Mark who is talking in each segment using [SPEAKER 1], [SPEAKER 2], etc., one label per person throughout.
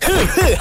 [SPEAKER 1] 哈嘿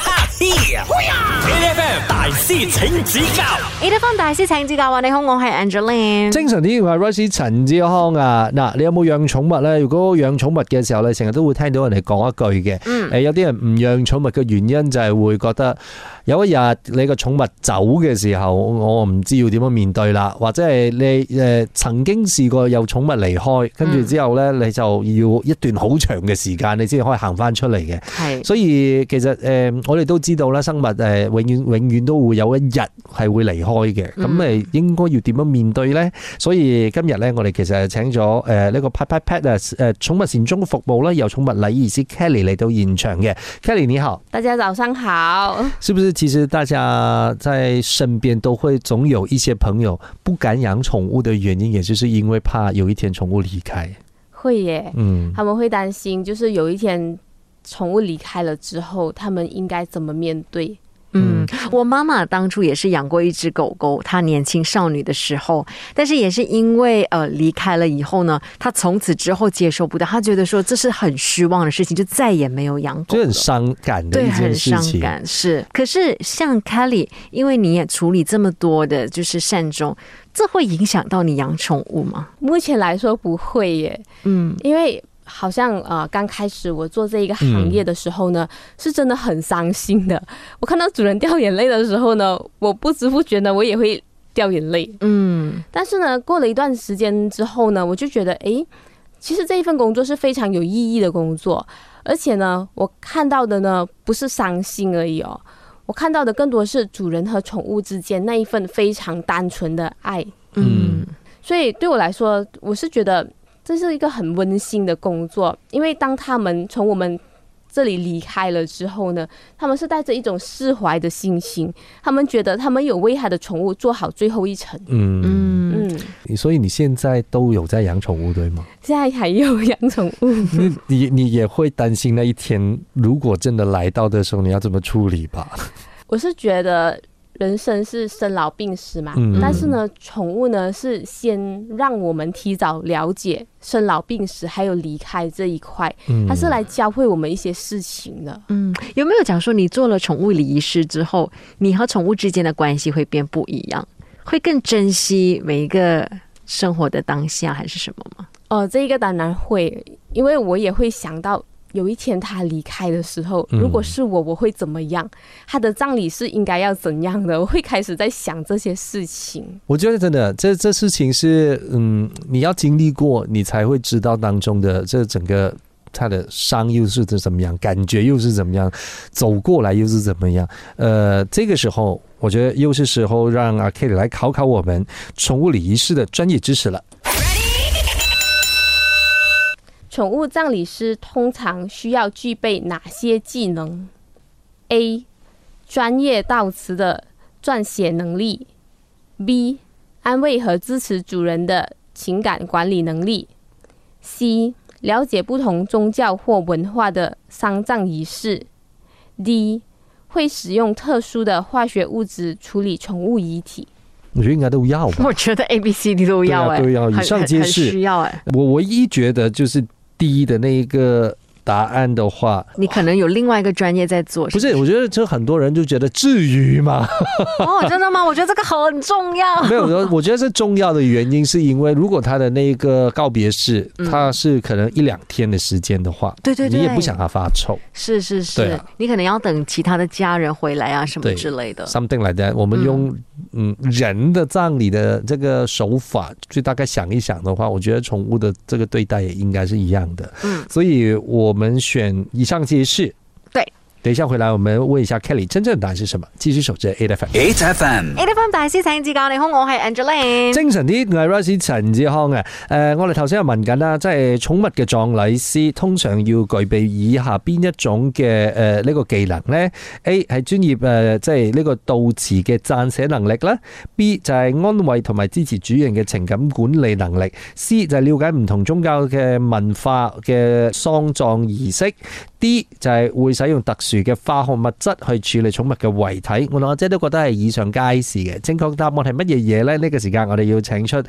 [SPEAKER 1] ，A.F.M. 大師請指教
[SPEAKER 2] ，A. F. M. 大師請指教啊！你好，我係 Angeline。
[SPEAKER 3] 精神啲，我係 Royce 陳志康啊！嗱，你有冇養寵物咧？如果養寵物嘅時候咧，成日都會聽到人哋講一句嘅，
[SPEAKER 2] 嗯
[SPEAKER 3] 誒有啲人唔養寵物嘅原因就係會覺得有一日你個寵物走嘅時候，我唔知要點樣面對啦，或者係你誒曾經試過有寵物離開，跟住之後咧你就要一段好長嘅時間，你先可以行翻出嚟嘅。
[SPEAKER 2] 係
[SPEAKER 3] 所以其實誒、呃我哋都知道啦，生物誒、呃永遠永遠都會有一日係會離開嘅。咁
[SPEAKER 2] 嗯
[SPEAKER 3] 誒、應該要點樣面對呢？所以今日呢，我哋其實係請咗誒呢個 Pet Pet Pet 啊誒寵物善終服務啦，有寵物禮儀師 Kelly 嚟到現場嘅。Kelly 你好，
[SPEAKER 4] 大家早上好，
[SPEAKER 3] 是不是其實大家在身邊都會總有一些朋友不敢養寵物的原因，也就是因為怕有一天寵物離開。
[SPEAKER 4] 会耶，
[SPEAKER 3] 嗯，
[SPEAKER 4] 他们会担心，就是有一天宠物离开了之后，他们应该怎么面对？
[SPEAKER 2] 嗯，我妈妈当初也是养过一只狗狗，她年轻少女的时候，但是也是因为呃离开了以后呢，她从此之后接受不到，她觉得说这是很失望的事情，就再也没有养狗
[SPEAKER 3] 就
[SPEAKER 2] 了
[SPEAKER 3] 很。伤感的
[SPEAKER 2] 对，
[SPEAKER 3] 一
[SPEAKER 2] 很
[SPEAKER 3] 件事
[SPEAKER 2] 伤
[SPEAKER 3] 情。
[SPEAKER 2] 感是。可是像 Kelly，因为你也处理这么多的，就是善终，这会影响到你养宠物吗？
[SPEAKER 4] 目前来说不会耶，
[SPEAKER 2] 嗯，
[SPEAKER 4] 因为好像呃刚开始我做这一个行业的时候呢，是真的很伤心的。我看到主人掉眼泪的时候呢，我不知不觉呢，我也会掉眼泪。
[SPEAKER 2] 嗯，
[SPEAKER 4] 但是呢，过了一段时间之后呢，我就觉得，诶，其实这一份工作是非常有意义的工作，而且呢，我看到的呢不是伤心而已哦，我看到的更多是主人和宠物之间那一份非常单纯的爱，
[SPEAKER 3] 嗯
[SPEAKER 2] 嗯，
[SPEAKER 4] 所以对我来说，我是觉得这是一个很温馨的工作，因为当他们从我们这里离开了之后呢，他们是带着一种释怀的心情，他们觉得他们有为他的宠物做好最后一程。
[SPEAKER 3] 嗯
[SPEAKER 2] 嗯，
[SPEAKER 4] 嗯，
[SPEAKER 3] 所以你现在都有在养宠物对吗？
[SPEAKER 4] 现在还有养宠物。
[SPEAKER 3] 你你你也会担心那一天如果真的来到的时候，你要怎么处理吧？
[SPEAKER 4] 我是觉得人生是生老病死嘛，
[SPEAKER 3] 嗯
[SPEAKER 4] 但是呢，宠物呢是先让我们提早了解生老病死还有离开这一块，
[SPEAKER 3] 嗯
[SPEAKER 4] 它是来教会我们一些事情的。
[SPEAKER 2] 嗯，有没有讲说你做了宠物礼仪师之后，你和宠物之间的关系会变不一样，会更珍惜每一个生活的当下，还是什么吗？
[SPEAKER 4] 哦、这一个当然会，因为我也会想到。有一天它离开的时候，
[SPEAKER 3] 嗯
[SPEAKER 4] 如果是我，我会怎么样？它的葬礼是应该要怎样的？我会开始在想这些事情。
[SPEAKER 3] 我觉得真的这这事情是嗯，你要经历过，你才会知道当中的这整个。它的伤又是怎么样，感觉又是怎么样，走过来又是怎么样？呃，这个时候我觉得又是时候让阿 K 来考考我们宠物礼仪师的专业知识了。
[SPEAKER 4] 宠物葬礼师通常需要具备哪些技能？A. 专业悼词的撰写能力；B. 安慰和支持主人的情感管理能力；C. 了解不同宗教或文化的丧葬仪式；D. 会使用特殊的化学物质处理宠物遗体。
[SPEAKER 3] 我觉得应该都要吧。
[SPEAKER 2] 我觉得 A、B、C、D 都
[SPEAKER 3] 对啊
[SPEAKER 2] 要哎、
[SPEAKER 3] 都要以
[SPEAKER 2] 很
[SPEAKER 3] 上
[SPEAKER 2] 很
[SPEAKER 3] 皆
[SPEAKER 2] 很
[SPEAKER 3] 是
[SPEAKER 2] 需要哎、
[SPEAKER 3] 我唯一觉得就是第一的那一个答案的话，
[SPEAKER 2] 你可能有另外一个专业在做，
[SPEAKER 3] 不是，我觉得就很多人就觉得至于吗？
[SPEAKER 2] 哦，真的吗？我觉得这个很重要。
[SPEAKER 3] 没有，我觉得是重要的原因是因为如果他的那个告别式，
[SPEAKER 2] 嗯
[SPEAKER 3] 他是可能一两天的时间的话，
[SPEAKER 2] 对对对，
[SPEAKER 3] 你也不想他发臭
[SPEAKER 2] 是是是，
[SPEAKER 3] 对啊
[SPEAKER 2] 你可能要等其他的家人回来啊，什么
[SPEAKER 3] 对
[SPEAKER 2] 之类的。
[SPEAKER 3] ，something like that。我们用嗯人的葬礼的这个手法去大概想一想的话，我觉得宠物的这个对待也应该是一样的。
[SPEAKER 2] 嗯，
[SPEAKER 3] 所以我们选以上皆是。
[SPEAKER 2] 对，
[SPEAKER 3] 等一下回来我们问一下 Kelly 真正的答案是什么。继续守着 A F M。
[SPEAKER 1] ，8FM，
[SPEAKER 2] A F M 大师请指教，你好，我系 Angeline。
[SPEAKER 3] 精神啲，我係 Rosie 陳志康啊。誒、我哋頭先又問緊啦，即係寵物嘅葬禮師通常要具備以下邊一種嘅誒呢個技能呢 a 係專業誒、呃即係呢個悼詞嘅撰寫能力啦；B 就係安慰同埋支持主人嘅情感管理能力；C 就係了解唔同宗教嘅文化嘅喪葬儀式。D 就係會使用特殊嘅化學物質去處理寵物嘅遺體。我同阿姐都覺得係以上皆是嘅。正確答案係乜嘢嘢呢？呢、個時間我哋要請出誒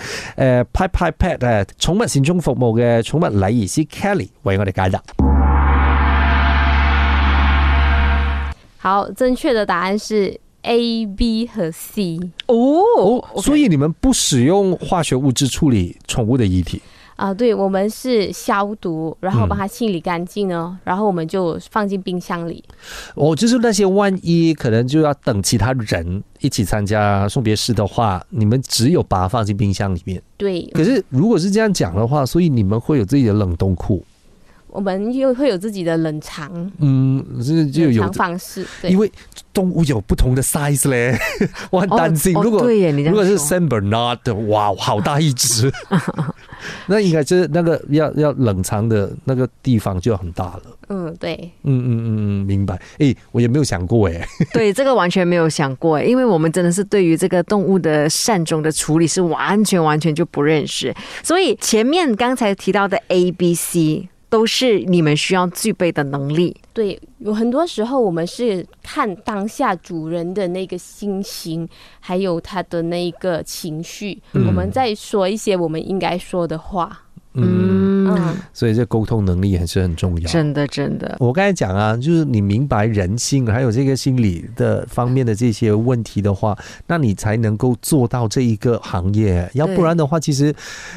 [SPEAKER 3] Pet Pet Pet 誒寵物善終服務嘅寵物禮儀師 Kelly 為我哋解答。
[SPEAKER 4] 好，正确的答案是 A、B 和 C。
[SPEAKER 2] 哦
[SPEAKER 3] 哦，所以你们不使用化学物质处理宠物的遗体，
[SPEAKER 4] 啊，对，我们是消毒，然后
[SPEAKER 3] 嗯
[SPEAKER 4] 把它清理干净呢，然后我们就放进冰箱里。
[SPEAKER 3] 哦，就是那些万一可能就要等其他人一起参加送别式的话，你们只有把它放进冰箱里面。
[SPEAKER 4] 对，
[SPEAKER 3] 可是如果是这样讲的话，所以你们会有自己的冷冻库，
[SPEAKER 4] 我们又会有自己的冷藏
[SPEAKER 3] 嗯，是就
[SPEAKER 4] 冷
[SPEAKER 3] 有
[SPEAKER 4] 藏，方式。对
[SPEAKER 3] 因，为动物有不同的 size 嘞， 我很担心，
[SPEAKER 2] 哦
[SPEAKER 3] 如果、
[SPEAKER 2] 对耶，你这
[SPEAKER 3] 如
[SPEAKER 2] 样
[SPEAKER 3] 果是
[SPEAKER 2] 说
[SPEAKER 3] San Bernard，的哇，好大一 只，那应该就是那个要要冷藏的那个地方就很大了。
[SPEAKER 4] 嗯，对，
[SPEAKER 3] 嗯嗯嗯嗯，明白。诶，我也没有想过诶，
[SPEAKER 2] 对这个完全没有想过，因为我们真的是对于这个动物的善终的处理是完全完全就不认识，所以前面刚才提到的 A、B、C 都是你们需要具备的能力。
[SPEAKER 4] 对，有很多时候我们是看当下主人的那个心情，还有他的那一个情绪，
[SPEAKER 3] 嗯
[SPEAKER 4] 我们再说一些我们应该说的话。
[SPEAKER 3] 嗯，
[SPEAKER 4] 嗯，
[SPEAKER 3] 所以这沟通能力还是很重要。
[SPEAKER 2] 真的真的。
[SPEAKER 3] 我刚才讲啊，就是你明白人性，还有这个心理的方面的这些问题的话，那你才能够做到这一个行业。要不然的话，其实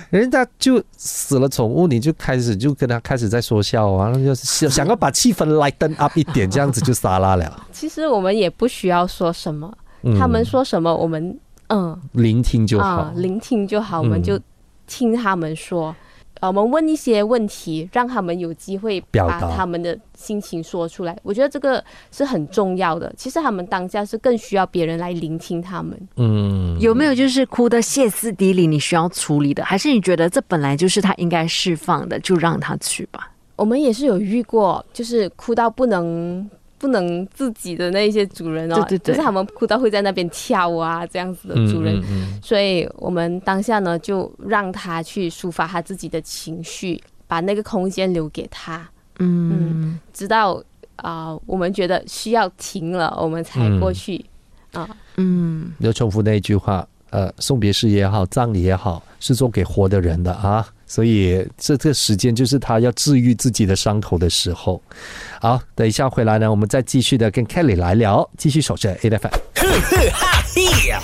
[SPEAKER 3] 人家就死了宠物，你就开始就跟他开始在说笑啊，那就是想想要把气氛 lighten up 一点，这样子就撒 拉了。
[SPEAKER 4] 其实我们也不需要说什么，
[SPEAKER 3] 嗯
[SPEAKER 4] 他们说什么，我们嗯
[SPEAKER 3] 聆听就好
[SPEAKER 4] 啊，。聆听就好，我
[SPEAKER 3] 嗯
[SPEAKER 4] 们就听他们说。呃我们问一些问题，让他们有机会
[SPEAKER 3] 表
[SPEAKER 4] 把
[SPEAKER 3] 达
[SPEAKER 4] 他们的心情说出来。我觉得这个是很重要的。其实他们当下是更需要别人来聆听他们。
[SPEAKER 3] 嗯，
[SPEAKER 2] 有没有就是哭的歇斯底里，你需要处理的，还是你觉得这本来就是他应该释放的，就让他去吧？
[SPEAKER 4] 我们也是有遇过，就是哭到不能不能自己的那一些主人哦，
[SPEAKER 2] 对对对
[SPEAKER 4] 就是他们哭到会在那边跳啊这样子的主人。
[SPEAKER 3] 嗯嗯
[SPEAKER 4] 所以我们当下呢，就让他去抒发他自己的情绪，把那个空间留给他。
[SPEAKER 2] 嗯，
[SPEAKER 4] 直到啊、我们觉得需要停了，我们才过去。
[SPEAKER 2] 嗯，
[SPEAKER 3] 要重复那一句话，呃，送别式也好，葬礼也好，是做给活的人的啊。所以这这个时间就是他要治愈自己的伤口的时候。好，等一下回来呢，我们再继续的跟 Kelly 来聊，继续守着 A F M。
[SPEAKER 1] 哈嘿呀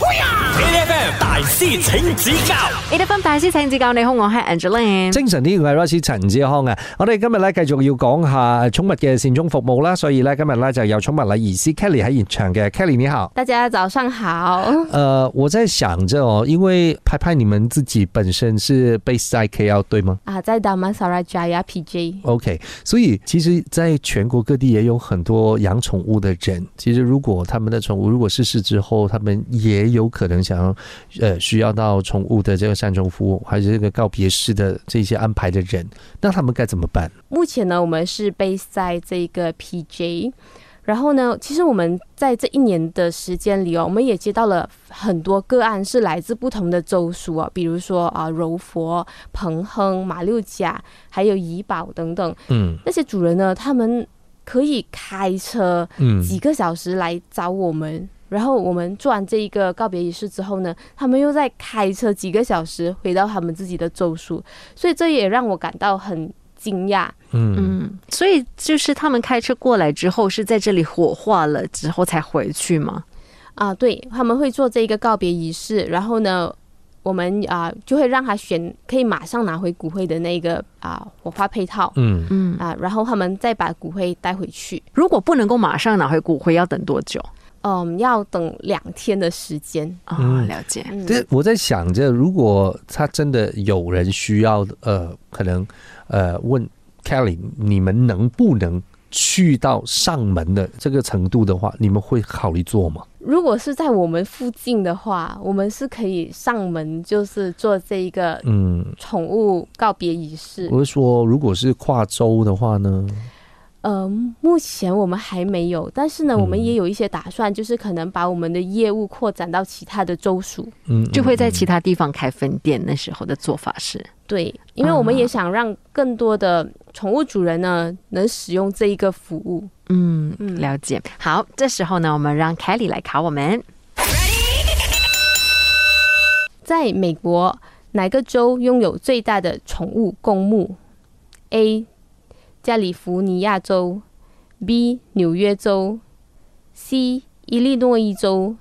[SPEAKER 1] ！A F M 大师请指教
[SPEAKER 2] 你得分大師請指教，你好，我係 Angeline。
[SPEAKER 3] 精神呢個係 Rice 陳志康啊！我哋今日咧繼續要講下寵物嘅善終服務啦，所以咧今日咧就有寵物禮儀師 Kelly 喺現場嘅，Kelly 你好。
[SPEAKER 4] 大家早上好，
[SPEAKER 3] 呃，我在想着哦，因为拍拍你们自己本身是 base 在 KL 对吗？
[SPEAKER 4] 啊，在 Damansarajaya PJ，
[SPEAKER 3] OK，所以其实，在全国各地也有很多养宠物的人。其实，如果他们的宠物如果逝世之后，他们也有可能想要，呃，需要到宠物的这个善终服务，还是这个告别式的这些安排的人，那他们该怎么办？
[SPEAKER 4] 目前呢，我们是 base 在这个 PJ。然后呢，其实我们在这一年的时间里哦，我们也接到了很多个案，是来自不同的州属啊，比如说啊柔佛、彭亨、马六甲，还有怡保等等。
[SPEAKER 3] 嗯
[SPEAKER 4] 那些主人呢，他们可以开车，
[SPEAKER 3] 嗯
[SPEAKER 4] 几个小时来找我们。然后我们做完这一个告别仪式之后呢，他们又再开车几个小时回到他们自己的州属，所以这也让我感到很惊讶。
[SPEAKER 3] 嗯
[SPEAKER 2] 嗯，所以就是他们开车过来之后，是在这里火化了之后才回去吗？
[SPEAKER 4] 啊，对，他们会做这一个告别仪式，然后呢，我们啊、就会让他选可以马上拿回骨灰的那个啊、火化配套
[SPEAKER 3] 嗯，
[SPEAKER 2] 嗯，
[SPEAKER 4] 啊、然后他们再把骨灰带回去。
[SPEAKER 2] 如果不能够马上拿回骨灰，要等多久？
[SPEAKER 4] 嗯，要等两天的时间。
[SPEAKER 2] 啊、
[SPEAKER 3] 嗯
[SPEAKER 2] 了解。
[SPEAKER 4] 嗯，
[SPEAKER 3] 这我在想着，如果他真的有人需要，呃，可能呃问 Kelly，你们能不能去到上门的这个程度的话，你们会考虑做吗？
[SPEAKER 4] 如果是在我们附近的话，我们是可以上门，就是做这一个
[SPEAKER 3] 嗯。
[SPEAKER 4] 宠物告别仪式。
[SPEAKER 3] 我是说，如果是跨州的话呢？
[SPEAKER 4] 呃，目前我们还没有，但是呢，
[SPEAKER 3] 嗯
[SPEAKER 4] 我们也有一些打算，就是可能把我们的业务扩展到其他的州属。
[SPEAKER 3] 嗯，
[SPEAKER 2] 就会在其他地方开分店，那时候的做法是，
[SPEAKER 4] 对，因为我们也想让更多的宠物主人呢能使用这一个服务。
[SPEAKER 2] 嗯，
[SPEAKER 4] 嗯
[SPEAKER 2] 了解。好，这时候呢，我们让凯莉来考我们。
[SPEAKER 4] 在美国，哪个州拥有最大的宠物公墓？A. 加利福尼亚州，B. 纽约州 C. 伊利诺伊州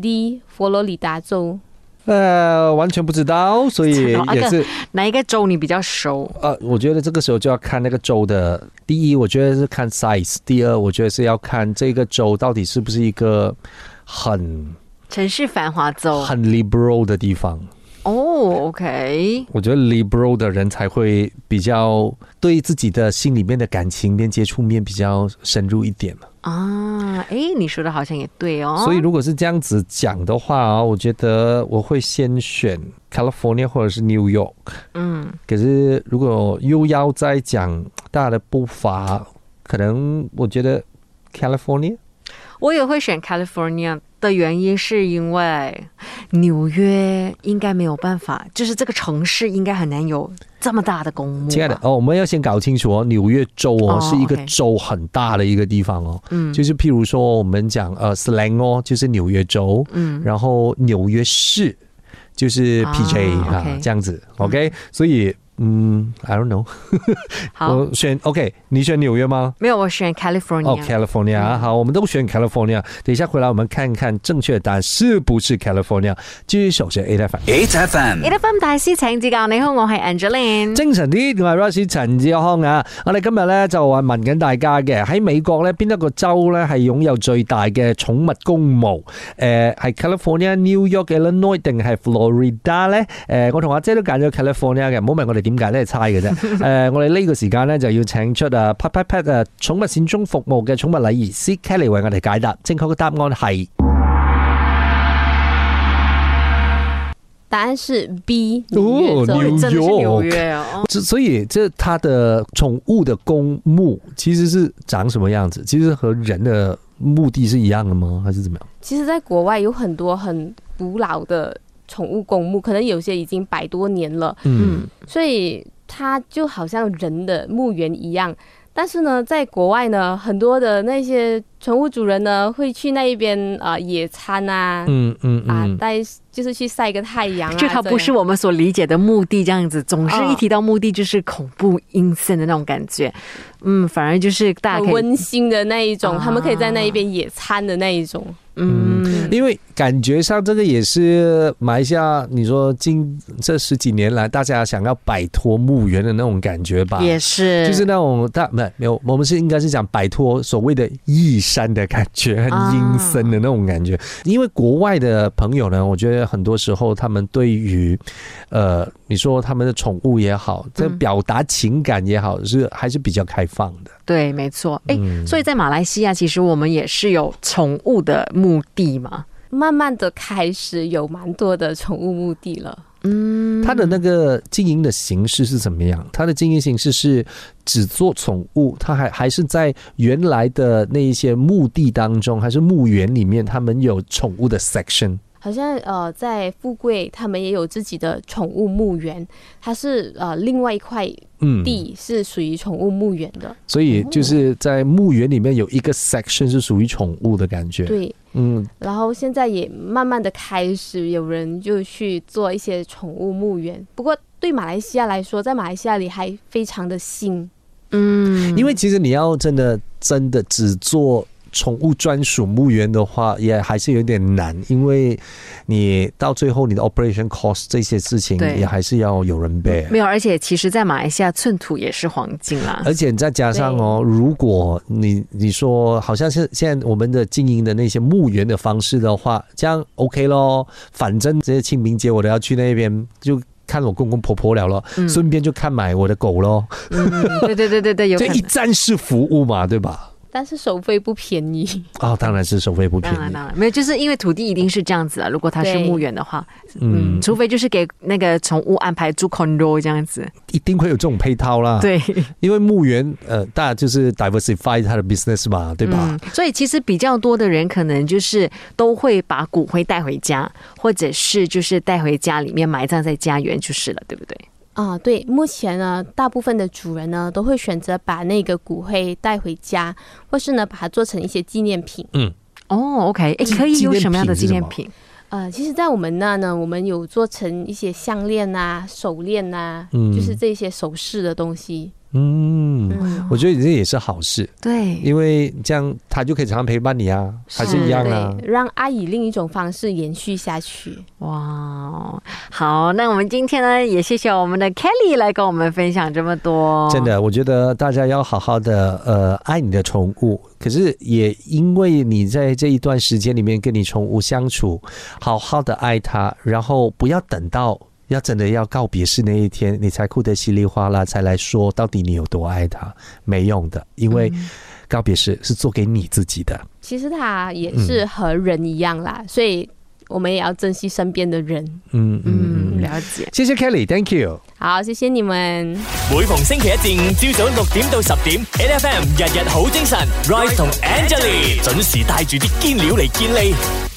[SPEAKER 4] ，D. 佛罗里达州。
[SPEAKER 3] 呃，完全不知道，所以
[SPEAKER 2] 惨了
[SPEAKER 3] 也是
[SPEAKER 2] 哪一个州你比较熟？
[SPEAKER 3] 呃，我觉得这个时候就要看那个州的。第一，我觉得是看 size；第二，我觉得是要看这个州到底是不是一个很
[SPEAKER 2] 城市繁华州。
[SPEAKER 3] 很 liberal 的地方。
[SPEAKER 2] 哦，OK，
[SPEAKER 3] 我觉得 liberal 的人才会比较对自己的心里面的感情面、接触面比较深入一点嘛。
[SPEAKER 2] 啊，哎，你说的好像也对哦。
[SPEAKER 3] 所以如果是这样子讲的话啊，我觉得我会先选 California 或者是 New York。
[SPEAKER 2] 嗯，
[SPEAKER 3] 可是如果又要再讲大的步伐，可能我觉得 California
[SPEAKER 2] 我也会选 California 的原因是因为纽约应该没有办法，就是这个城市应该很难有这么大的公墓。
[SPEAKER 3] 亲爱的，哦，我们要先搞清楚哦，纽约州哦
[SPEAKER 2] 哦
[SPEAKER 3] 是一个
[SPEAKER 2] OK
[SPEAKER 3] 州很大的一个地方哦，
[SPEAKER 2] 嗯
[SPEAKER 3] 就是譬如说我们讲呃 slang 哦，就是纽约州，
[SPEAKER 2] 嗯，
[SPEAKER 3] 然后纽约市就是
[SPEAKER 2] 啊
[SPEAKER 3] PJ 啊
[SPEAKER 2] OK 嗯
[SPEAKER 3] 这样子，OK，所以嗯，I don't know，
[SPEAKER 2] 好，
[SPEAKER 3] 我选 OK，你选纽约吗？
[SPEAKER 2] 没有，我选 California。嗯
[SPEAKER 3] 哦，California，、好，我们都选 California。等一下回来，我们看看正确答案是不是 California。继续守着 A F M，
[SPEAKER 1] ，H F M，
[SPEAKER 2] A F M 大師請指教，你好，我係 Angeline。
[SPEAKER 3] 精神啲，同埋 Rosie 陳志康啊。我哋今日咧就話問緊大家嘅，喺美國咧邊一個州咧係擁有最大嘅寵物公墓？誒、係 California、New York、Illinois 定係 Florida 咧？誒、呃我同阿姐都揀咗 California 嘅，唔好問我哋點解咧，係猜嘅啫。誒、我哋呢個時間咧就要請出啊 Pat Pat Pat 啊寵物善終服務嘅寵物禮儀師 Kelly 為我哋解答，正確嘅答案係。
[SPEAKER 4] 答案是 B，纽约
[SPEAKER 3] 哦
[SPEAKER 4] 州。
[SPEAKER 3] 纽
[SPEAKER 2] 真的是纽约啊！哦
[SPEAKER 3] 这所以这它的宠物的公墓其实是长什么样子？其实和人的目的是一样的吗？还是怎么样？
[SPEAKER 4] 其实，在国外有很多很古老的宠物公墓，可能有些已经百多年了，
[SPEAKER 2] 嗯，
[SPEAKER 4] 所以它就好像人的墓园一样。但是呢，在国外呢，很多的那些宠物主人呢，会去那一边啊、呃野餐啊，
[SPEAKER 3] 嗯嗯
[SPEAKER 4] 啊
[SPEAKER 3] 嗯，
[SPEAKER 4] 带就是去晒个太阳啊。
[SPEAKER 2] 就它
[SPEAKER 4] 这
[SPEAKER 2] 不是
[SPEAKER 4] 样
[SPEAKER 2] 我们所理解的墓地这样子，总是
[SPEAKER 4] 哦
[SPEAKER 2] 一提到墓地就是恐怖阴森的那种感觉。嗯，反而就是大嗯家
[SPEAKER 4] 很
[SPEAKER 2] 可以，
[SPEAKER 4] 温馨的那一种，
[SPEAKER 2] 啊
[SPEAKER 4] 他们可以在那一边野餐的那一种。
[SPEAKER 2] 嗯，
[SPEAKER 3] 因为感觉上这个也是马来西亚，你说近这十几年来大家想要摆脱墓园的那种感觉吧。
[SPEAKER 2] 也是，
[SPEAKER 3] 就是那种大没有没有，我们是应该是讲摆脱所谓的异山的感觉，
[SPEAKER 2] 啊
[SPEAKER 3] 很阴森的那种感觉。因为国外的朋友呢，我觉得很多时候他们对于，呃，你说他们的宠物也好，在
[SPEAKER 2] 嗯
[SPEAKER 3] 表达情感也好，是还是比较开放的。
[SPEAKER 2] 对，没错。哎、
[SPEAKER 3] 嗯
[SPEAKER 2] 所以在马来西亚，其实我们也是有宠物的墓地嘛。
[SPEAKER 4] 慢慢的开始有蛮多的宠物墓地了。
[SPEAKER 2] 嗯，
[SPEAKER 3] 它的那个经营的形式是怎么样？它的经营形式是只做宠物，它还还是在原来的那一些墓地当中，还是墓园里面，他们有宠物的 section。
[SPEAKER 4] 好像呃，在富贵他们也有自己的宠物墓园，它是呃另外一块
[SPEAKER 3] 嗯，
[SPEAKER 4] 地是属于宠物墓园的。
[SPEAKER 3] 所以
[SPEAKER 2] 哦
[SPEAKER 3] 就是在墓园里面有一个 section 是属于宠物的感觉。，
[SPEAKER 4] 对，
[SPEAKER 3] 嗯，
[SPEAKER 4] 然后现在也慢慢的开始有人就去做一些宠物墓园。不过对马来西亚来说，在马来西亚里还非常的新。
[SPEAKER 2] 嗯，
[SPEAKER 3] 因为其实你要真的真的只做宠物专属墓园的话，也还是有点难，因为你到最后你的 operation cost 这些事情
[SPEAKER 2] 对
[SPEAKER 3] 也还是要有人背。
[SPEAKER 2] 没有，而且其实，在马来西亚寸土也是黄金啦。
[SPEAKER 3] 而且再加上哦，如果你你说好像是现在我们的经营的那些墓园的方式的话，这样 OK 咯。反正这些清明节我都要去那边，就看我公公婆婆了咯，顺、便就看买我的狗咯，
[SPEAKER 2] 嗯 对对对对对，有可
[SPEAKER 3] 这一
[SPEAKER 2] 能。
[SPEAKER 3] 站式服务嘛，对吧？
[SPEAKER 4] 但是收费不便宜，
[SPEAKER 3] 啊、当然是收费不便
[SPEAKER 2] 当然
[SPEAKER 3] 宜。
[SPEAKER 2] 当然，没有，就是因为土地一定是这样子啊。如果它是
[SPEAKER 4] 对
[SPEAKER 2] 墓园的话，
[SPEAKER 3] 嗯
[SPEAKER 2] 嗯，除非就是给那个宠物安排住 condo 这样子。
[SPEAKER 3] 一定会有这种配套啦。，
[SPEAKER 2] 对，
[SPEAKER 3] 因为墓园呃，大家就是 diversify 它的 business 嘛，对吧？
[SPEAKER 2] 嗯，所以其实比较多的人可能就是都会把骨灰带回家，或者是就是带回家里面埋葬在家园就是了，对不对？
[SPEAKER 4] 啊，对，目前呢，大部分的主人呢都会选择把那个骨灰带回家，或是呢把它做成一些纪念品。
[SPEAKER 2] 哦，OK，哎，可以有什么样的纪念品？
[SPEAKER 4] 呃，其实，在我们那呢，我们有做成一些项链啊、手链啊，
[SPEAKER 3] 嗯
[SPEAKER 4] 就是这些首饰的东西。
[SPEAKER 3] 嗯，我觉得这也是好事，
[SPEAKER 2] 对，
[SPEAKER 3] 因为这样他就可以常常陪伴你啊，还是一样啊。
[SPEAKER 4] 对，让爱以另一种方式延续下去。
[SPEAKER 2] 哇哦，好，那我们今天呢，也谢谢我们的 Kelly 来跟我们分享这么多，
[SPEAKER 3] 真的，我觉得大家要好好的呃爱你的宠物，可是也因为你在这一段时间里面跟你宠物相处，好好的爱它，然后不要等到要真的要告别式那一天，你才哭得稀里哗啦才来说到底你有多爱它，没用的，因为告别式是做给你自己的。
[SPEAKER 4] 其实它也是和人一样啦，所以我们也要珍惜身边的人。
[SPEAKER 3] 嗯
[SPEAKER 2] 嗯，
[SPEAKER 3] 嗯嗯，嗯
[SPEAKER 2] 了解。
[SPEAKER 3] 谢谢 Kelly，Thank you。
[SPEAKER 4] 好，谢谢你们。
[SPEAKER 1] 每逢星期一至五朝早六點到十點，N F M 日日好精神，Rise 同 Angelie 準時帶住啲堅料嚟健利。